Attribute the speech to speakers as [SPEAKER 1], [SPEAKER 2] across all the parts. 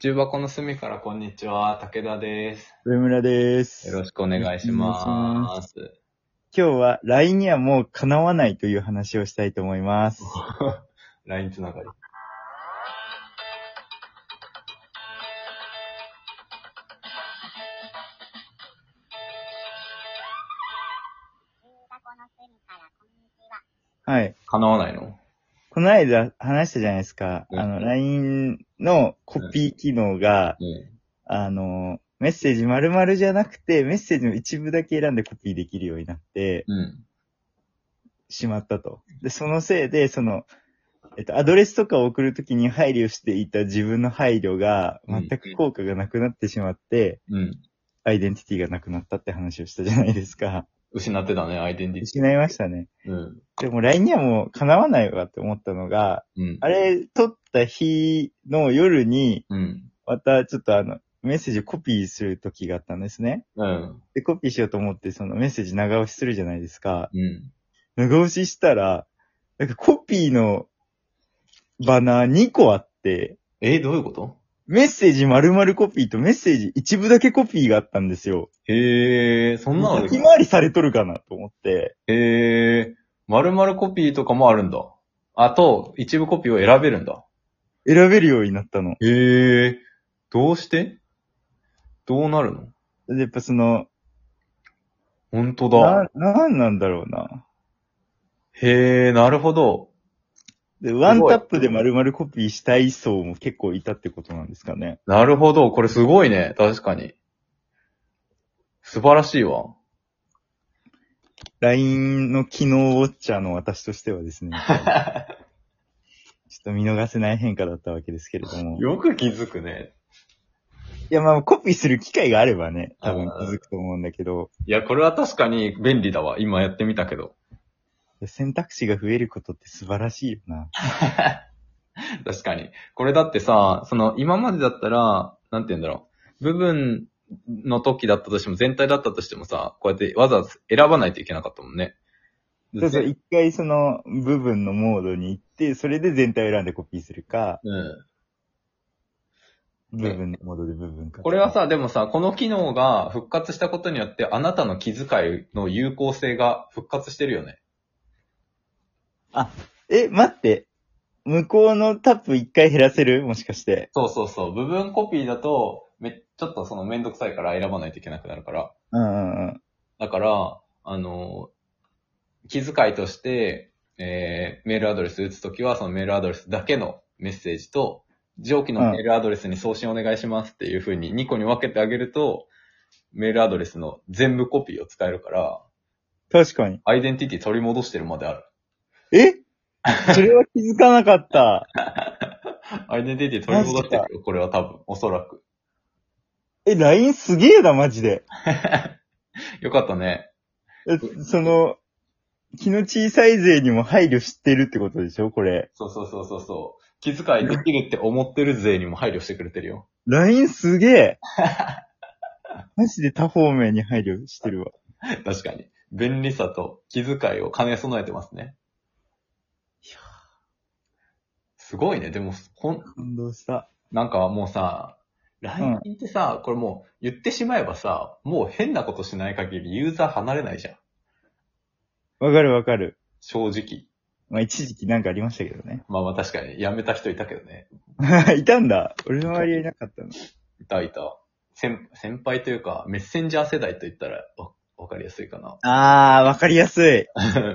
[SPEAKER 1] 重箱の隅からこんにちは、武田です。
[SPEAKER 2] 上村です。
[SPEAKER 1] よろしくお願いします。
[SPEAKER 2] 今日は LINE にはもうかなわないという話をしたいと思います。
[SPEAKER 1] LINE つながり。
[SPEAKER 2] はい。
[SPEAKER 1] 叶わないの
[SPEAKER 2] この間話したじゃないですか。
[SPEAKER 1] うん
[SPEAKER 2] あの、LINE のコピー機能が、
[SPEAKER 1] うん。
[SPEAKER 2] あの、メッセージ丸々じゃなくて、メッセージの一部だけ選んでコピーできるようになって
[SPEAKER 1] うん。
[SPEAKER 2] しまったと。で、そのせいで、その、えっと、アドレスとかを送るときに配慮していた自分の配慮が全く効果がなくなってしまって、
[SPEAKER 1] うん。
[SPEAKER 2] アイデンティティがなくなったって話をしたじゃないですか。
[SPEAKER 1] 失ってたね、アイデンティテ
[SPEAKER 2] 失いましたね。
[SPEAKER 1] ィ。うん。
[SPEAKER 2] でも LINE にはもう叶わないわって思ったのが、
[SPEAKER 1] うん。
[SPEAKER 2] あれ、撮った日の夜に、
[SPEAKER 1] うん。
[SPEAKER 2] またちょっとあの、メッセージをコピーする時があったんですね。
[SPEAKER 1] うん。
[SPEAKER 2] で、コピーしようと思って、そのメッセージ長押しするじゃないですか。
[SPEAKER 1] うん。
[SPEAKER 2] 長押ししたら、なんかコピーのバナー2個あって、
[SPEAKER 1] えどういうこと
[SPEAKER 2] メッセージ丸々コピーとメッセージ一部だけコピーがあったんですよ。
[SPEAKER 1] へえ、そんなので
[SPEAKER 2] 先回りされとるかなと思って。
[SPEAKER 1] へえ、丸々コピーとかもあるんだ。あと、一部コピーを選べるんだ。
[SPEAKER 2] 選べるようになったの。
[SPEAKER 1] へえ、どうしてどうなるの
[SPEAKER 2] でやっぱその、
[SPEAKER 1] 本当だ。
[SPEAKER 2] な、なんなんだろうな。
[SPEAKER 1] へえ、なるほど。
[SPEAKER 2] で、ワンタップで丸々コピーしたい層も結構いたってことなんですかね。
[SPEAKER 1] なるほど。これすごいね。確かに。素晴らしいわ。
[SPEAKER 2] LINE の機能ウォッチャーの私としてはで すね、ちょっと見逃せない変化だったわけですけれども。い
[SPEAKER 1] よく気づくね。
[SPEAKER 2] や、まあコピーする機会があればね、多分
[SPEAKER 1] あー
[SPEAKER 2] 気づくと思うんだけど、
[SPEAKER 1] いや、これは確かに便利だわ。今やってみたけど。
[SPEAKER 2] 選択肢が増えることって素晴らしいよな。
[SPEAKER 1] 確かに。これだってさ、その、今までだったら、なんて言うんだろう。部分の時だったとしても、全体だったとしてもさ、こうやってわざわざ選ばないといけなかったもんね。
[SPEAKER 2] そうそう、一回その部分のモードに行って、それで全体を選んでコピーするか、
[SPEAKER 1] うん。
[SPEAKER 2] 部分のモードで部分か。
[SPEAKER 1] これは、さ、でもさ、この機能が復活したことによって、あなたの気遣いの有効性が復活してるよね。
[SPEAKER 2] え、待って。向こうのタップ一回減らせるもしかして。
[SPEAKER 1] そうそうそう。部分コピーだと、め、ちょっとそのめんどくさいから選ばないといけなくなるから。
[SPEAKER 2] うんうんうん。
[SPEAKER 1] だから、あの、気遣いとして、えーメールアドレス打つときは、そのメールアドレスだけのメッセージと、上記のメールアドレスに送信お願いしますっていうふうに2個に分けてあげると、メールアドレスの全部コピーを使えるから、
[SPEAKER 2] 確かに。
[SPEAKER 1] アイデンティティ取り戻してるまである。
[SPEAKER 2] え それは気づかなかった。
[SPEAKER 1] アイデンティティ取り戻してるよ、これは多分、おそらく。
[SPEAKER 2] え、LINE すげえな、マジで。
[SPEAKER 1] よかったね。
[SPEAKER 2] えその、気の小さい勢にも配慮してるってことでしょこれ。
[SPEAKER 1] そうそうそうそうそう。気遣いできるって思ってる税にも配慮してくれてるよ。
[SPEAKER 2] LINE すげ え。マジで多方面に配慮してるわ。
[SPEAKER 1] 確かに。便利さと気遣いを兼ね備えてますね。
[SPEAKER 2] いや
[SPEAKER 1] すごいね。でも、ほん、
[SPEAKER 2] 感動した。
[SPEAKER 1] なんかもうさ、LINE ってさ、これもう言ってしまえばさ、もう変なことしない限りユーザー離れないじゃん。
[SPEAKER 2] わかるわかる。
[SPEAKER 1] 正直。
[SPEAKER 2] まあ、一時期なんかありましたけどね。
[SPEAKER 1] まあまあ確かに、辞めた人いたけどね。
[SPEAKER 2] いたんだ。俺の周りはいなかったの。
[SPEAKER 1] いたいた。先先輩というか、メッセンジャー世代と言ったらわわかりやすいかな。
[SPEAKER 2] あー、わかりやすい。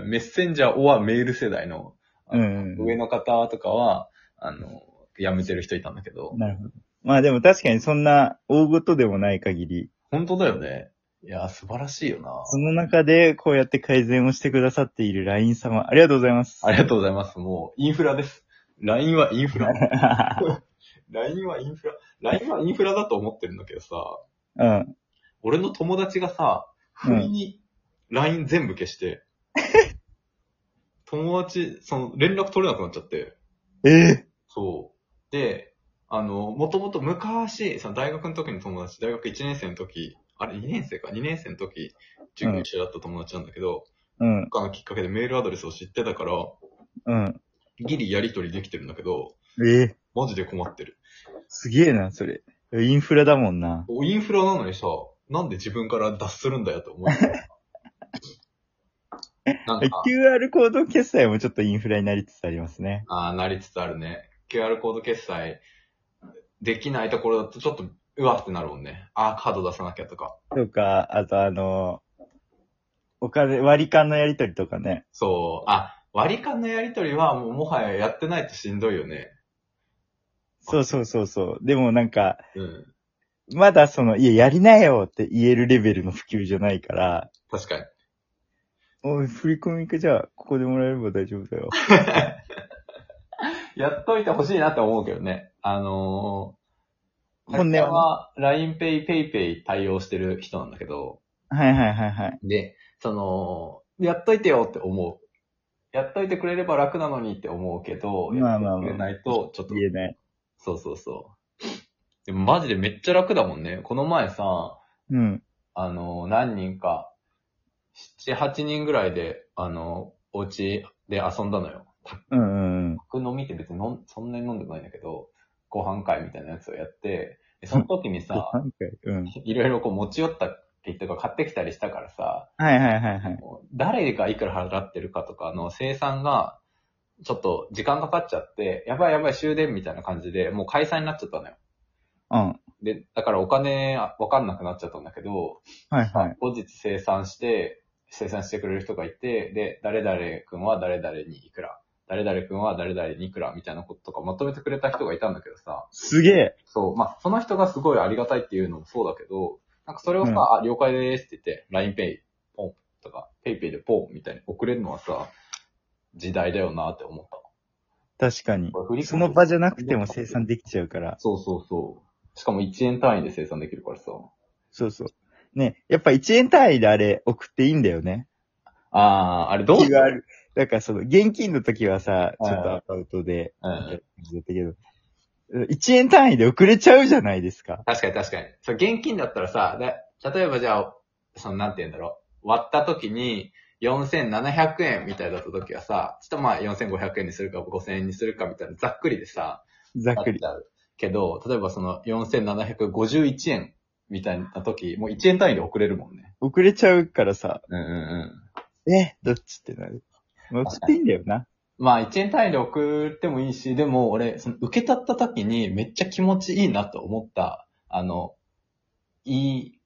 [SPEAKER 1] メッセンジャーオアメール世代のあの
[SPEAKER 2] うんうん
[SPEAKER 1] 上の方とかは、あの、辞めてる人いたんだけど、
[SPEAKER 2] なるほど。まあでも確かにそんな大事でもない限り、
[SPEAKER 1] 本当だよね。いや、素晴らしいよな。
[SPEAKER 2] その中で、こうやって改善をしてくださっている LINE 様、ありがとうございます。
[SPEAKER 1] ありがとうございます。もう、インフラです。LINE はインフ ラ。LINE はインフラ。LINE はインフラだと思ってるんだけどさ、
[SPEAKER 2] うん。
[SPEAKER 1] 俺の友達がさ、不意に LINE 全部消 して、友達、その、連絡取れなくなっちゃって、
[SPEAKER 2] ええ
[SPEAKER 1] そう。で、あの、もともと昔、その大学の時の友達、大学1年生の時、あれ2年生か、2年生の時、準備一緒だった友達なんだけど、
[SPEAKER 2] うん、
[SPEAKER 1] 他のきっかけでメールアドレスを知ってたから、
[SPEAKER 2] うん。
[SPEAKER 1] ギリやり取りできてるんだけど、
[SPEAKER 2] ええ
[SPEAKER 1] マジで困ってる。
[SPEAKER 2] すげえな、それ。インフラだもんな。
[SPEAKER 1] インフラなのにさ、なんで自分から脱するんだよって思いながらなんか、
[SPEAKER 2] QR コード決済もちょっとインフラになりつつありますね。
[SPEAKER 1] ああ、なりつつあるね。QR コード決済できないところだとちょっと、うわってなるもんね。ああ、カード出さなきゃとか。
[SPEAKER 2] とか、あとあの、お金、割り勘のやりとりとかね。
[SPEAKER 1] そう。あ、割り勘のやりとりはもうもはややってないとしんどいよね。
[SPEAKER 2] そうそうそうそう。でもなんか、
[SPEAKER 1] うん。
[SPEAKER 2] まだその、いや、やりなよって言えるレベルの普及じゃないから、
[SPEAKER 1] 確かに。
[SPEAKER 2] おい、振り込みかじゃあ、ここでもらえれば大丈夫 だよ。
[SPEAKER 1] やっといてほしいなって思うけどね。あのー、
[SPEAKER 2] 本音はね
[SPEAKER 1] 会社は LINEPay、PayPay 対応してる人なんだけど、
[SPEAKER 2] はいはいはいはい。
[SPEAKER 1] で、その、やっといてよって思う。やっといてくれれば楽なのにって思うけど、
[SPEAKER 2] まあまあ
[SPEAKER 1] やっと
[SPEAKER 2] まあ
[SPEAKER 1] いてくれないと、ちょっと、
[SPEAKER 2] 言えない。
[SPEAKER 1] そうそうそう。でもマジでめっちゃ楽だもんね。この前さ、
[SPEAKER 2] うん。
[SPEAKER 1] あのー、何人か、7、8人ぐらいで、あのー、お家で遊んだのよ。
[SPEAKER 2] うんうんうん。
[SPEAKER 1] 僕飲みって別に飲んそんなに飲んでもないんだけど、ご飯会みたいなやつをやって、でその時にさ、
[SPEAKER 2] 何回うん。
[SPEAKER 1] いろいろこう持ち寄ったってとか買ってきたりしたからさ、
[SPEAKER 2] はいはいはいはい。
[SPEAKER 1] もう誰がいくら払ってるかとかの生産が、ちょっと時間かかっちゃって、やばいやばい終電みたいな感じで、もう開催になっちゃったのよ。
[SPEAKER 2] うん。
[SPEAKER 1] で、だからお金あわかんなくなっちゃったんだけど、
[SPEAKER 2] はいはい。
[SPEAKER 1] 後日生産して、生産してくれる人がいて、で、誰々君は誰々にいくら、誰々君は誰々にいくらみたいなこととかまとめてくれた人がいたんだけどさ、
[SPEAKER 2] すげえ。
[SPEAKER 1] そう、まあ、その人がすごいありがたいっていうのもそうだけど、なんかそれをさ、
[SPEAKER 2] うん
[SPEAKER 1] あ、了解ですって言って、LINEPay、ポンとか、PayPay でポンみたいに送れるのはさ、時代だよなって思った。
[SPEAKER 2] 確かに
[SPEAKER 1] これ振り込。み
[SPEAKER 2] その場じゃなくても生産できちゃうから。
[SPEAKER 1] そうそうそう。しかも1円単位で生産できるからさ。
[SPEAKER 2] そうそう。ね、やっぱ1円単位であれ送っていいんだよね。
[SPEAKER 1] あー、あれどう
[SPEAKER 2] 気がある。だからその、現金の時はさ、
[SPEAKER 1] は
[SPEAKER 2] ち
[SPEAKER 1] い
[SPEAKER 2] ょっとアカウントで、
[SPEAKER 1] う。
[SPEAKER 2] みたいなん感じだったけど、1円単位で送れちゃうじゃないですか。
[SPEAKER 1] 確かに確かに。そう、現金だったらさ、だ例えばじゃあ、その、なんて言うんだろう。割った時に、4700円みたいだった時はさ、ちょっとまあ4500円にするか5000円にするかみたいなざっくりでさ、
[SPEAKER 2] ざっくり。
[SPEAKER 1] なっちゃうけど、例えばその4751円みたいな時、もう1円単位で送れるもんね。
[SPEAKER 2] 遅れちゃうからさ、
[SPEAKER 1] うんうんうん。
[SPEAKER 2] え、どっちってなる。まあ送っていいんだよな。
[SPEAKER 1] まあ1円単位で送ってもいいし、でも俺、その受け取った時にめっちゃ気持ちいいなと思った、あの、言い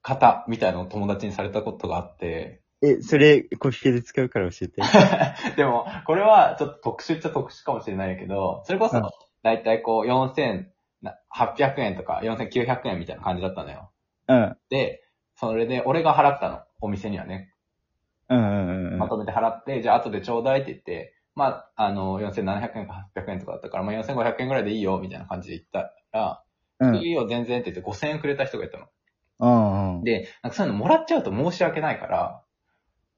[SPEAKER 1] 方みたいなのを友達にされたことがあって、
[SPEAKER 2] え、それ、コピペで使うから教え て。
[SPEAKER 1] でも、これはちょっと特殊っちゃ特殊かもしれないけど、それこ
[SPEAKER 2] うん
[SPEAKER 1] そ、だいたいこう4800円とか4900円みたいな感じだったのよ。
[SPEAKER 2] うん。
[SPEAKER 1] で、それで俺が払ったの。お店にはね。
[SPEAKER 2] うんうんうんうん
[SPEAKER 1] ま。とめて払って、じゃあ後でちょうだいって言って、まあ、あの、4700円か800円とかだったから、まあ4500円ぐらいでいいよ、みたいな感じで言ったら、
[SPEAKER 2] うん。
[SPEAKER 1] いいよ、全然って言って5000円くれた人がいたの。
[SPEAKER 2] うんうん。
[SPEAKER 1] で、なんかそういうのもらっちゃうと申し訳ないから、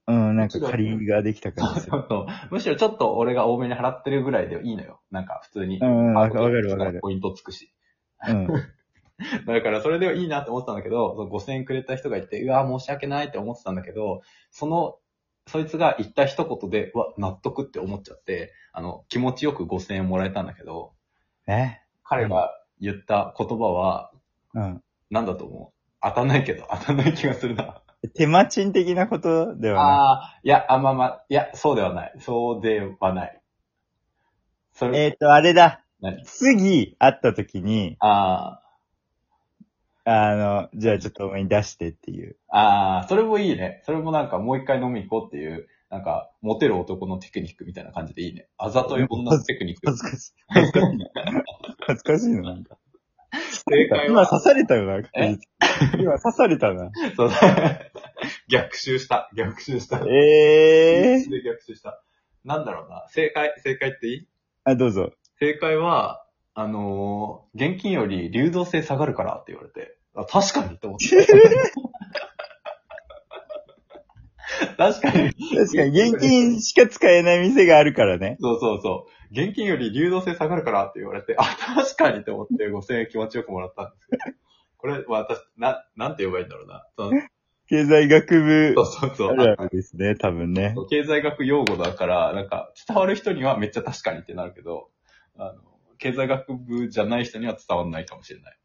[SPEAKER 2] うん、なんか借りができた感じす
[SPEAKER 1] そ
[SPEAKER 2] る。
[SPEAKER 1] うそうむしろちょっと俺が多めに払ってるぐらいでいいのよ。なんか普通に。
[SPEAKER 2] うんうん、
[SPEAKER 1] あ
[SPEAKER 2] わかわかるわかる。
[SPEAKER 1] ポイントつくし。
[SPEAKER 2] うん。
[SPEAKER 1] だからそれではいいなって思ってたんだけど、その5000円くれた人がいて、うわ、申し訳ないって思ってたんだけど、その、そいつが言った一言で、うわ、納得って思っちゃって、あの、気持ちよく5000円もらえたんだけど、
[SPEAKER 2] え
[SPEAKER 1] 彼が言った言葉は、
[SPEAKER 2] うん。
[SPEAKER 1] なんだと思う当たんないけど、当たんない気がするな。
[SPEAKER 2] 手間賃的なことでは
[SPEAKER 1] ああ、いや、あ、まあまあ、いや、そうではない。そうではない。そ
[SPEAKER 2] ない。
[SPEAKER 1] れ、
[SPEAKER 2] えっ、ー、と、あれだ。
[SPEAKER 1] 何
[SPEAKER 2] 次会った時に、
[SPEAKER 1] あ
[SPEAKER 2] あの、じゃあちょっとお前に出してっていう。
[SPEAKER 1] あ、ああ、それもいいね。それもなんかもう一回飲み行こうっていう、なんか、モテる男のテクニックみたいな感じでいいね。あざとい女のテク ニック。
[SPEAKER 2] 恥 ずかしい。恥ずかしいな。恥ずかしいのなんか。
[SPEAKER 1] 正解
[SPEAKER 2] 今
[SPEAKER 1] は、
[SPEAKER 2] 刺されたよな。
[SPEAKER 1] え
[SPEAKER 2] 今刺され たな。
[SPEAKER 1] そう逆襲した。逆襲した。
[SPEAKER 2] ええー。
[SPEAKER 1] で逆襲した。なんだろうな。正解、正解っていい
[SPEAKER 2] あ、どうぞ。
[SPEAKER 1] 正解は、あのー現金より流動性下がるからって言われて、あ、確かにって思って。 確かに。
[SPEAKER 2] 確かに現金しか使えない店があるからね。
[SPEAKER 1] そうそうそう。現金より流動性下がるからって言われて、あ、確かにって思って5000円気持ちよくもらったんですけど。これ、私、な、なんて言えばいいんだろうな。その
[SPEAKER 2] 経済学部
[SPEAKER 1] そうそうそ
[SPEAKER 2] あ
[SPEAKER 1] う。
[SPEAKER 2] るあるですね、多分ね。
[SPEAKER 1] 経済学用語だから、なんか、伝わる人にはめっちゃ確かにってなるけど、あの、経済学部じゃない人には伝わんないかもしれない。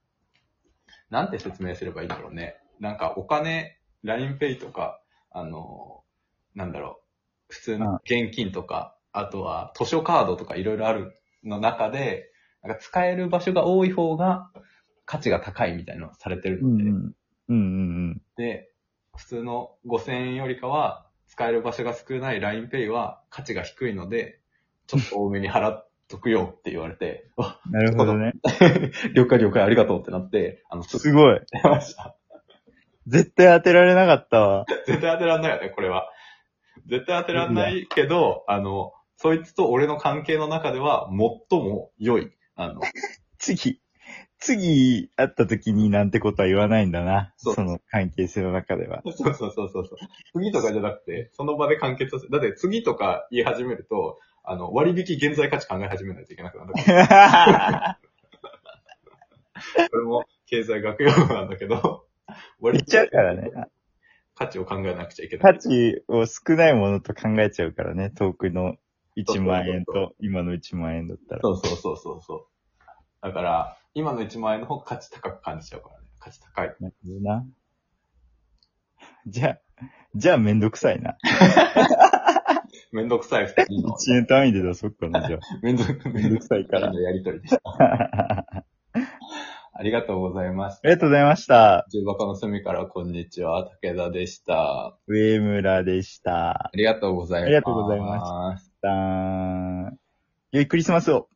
[SPEAKER 1] なんて説明すればいいんだろうね。なんかお金、LINEPay とか、あの、なんだろう、普通の現金とか、あとは図書カードとかいろいろあるの中で、なんか使える場所が多い方が価値が高いみたいなのをされてる
[SPEAKER 2] う
[SPEAKER 1] の
[SPEAKER 2] ん
[SPEAKER 1] で、
[SPEAKER 2] うん。うんうん
[SPEAKER 1] で、普通の5000円よりかは、使える場所が少ない LINEPay は価値が低いので、ちょっと多めに払っとくよって言われて、 あ
[SPEAKER 2] うん。なるほどね。
[SPEAKER 1] 了解了解ありがとうってなって、あの、すぐ
[SPEAKER 2] すごい。
[SPEAKER 1] 出ました。
[SPEAKER 2] 絶対当てられなかったわ。
[SPEAKER 1] 絶対当てらんないよね、これは。絶対当てらんないけど、あの、そいつと俺の関係の中では最も良い。あ の、
[SPEAKER 2] 次、次会った時になんてことは言わないんだな。
[SPEAKER 1] そう
[SPEAKER 2] その関係性の中 では。
[SPEAKER 1] そうそうそうそうそう。次とかじゃなくて、その場で完結させだって次とか言い始めると、あの、割引現在価値考え始めないといけなくなる。これも経済学用語なんだけど、割
[SPEAKER 2] 言っちゃうからね。
[SPEAKER 1] 価値を考えなくちゃいけな
[SPEAKER 2] 価
[SPEAKER 1] い。
[SPEAKER 2] 値を少ないものと考えちゃうからね。遠くの1万円と今の1万円だったら。
[SPEAKER 1] そうそうそうそうそう。だから、今の1万円の方が価値高く感じちゃうからね。価値高い。
[SPEAKER 2] なるほどな。じゃあ、じゃあめんどくさいな。
[SPEAKER 1] めんどくさい二人 の、
[SPEAKER 2] 1円単位で出そっかな、じゃ あ。
[SPEAKER 1] めんどく、
[SPEAKER 2] めんどくさいから
[SPEAKER 1] めんどくさいのやりとりでした。
[SPEAKER 2] あ
[SPEAKER 1] ありがとうございました。
[SPEAKER 2] りがとうございました。
[SPEAKER 1] 重箱の隅からこんにちは。武田でした。
[SPEAKER 2] 上村でした
[SPEAKER 1] あ。りがとうございます。
[SPEAKER 2] ありがとうございました。良いクリスマスを。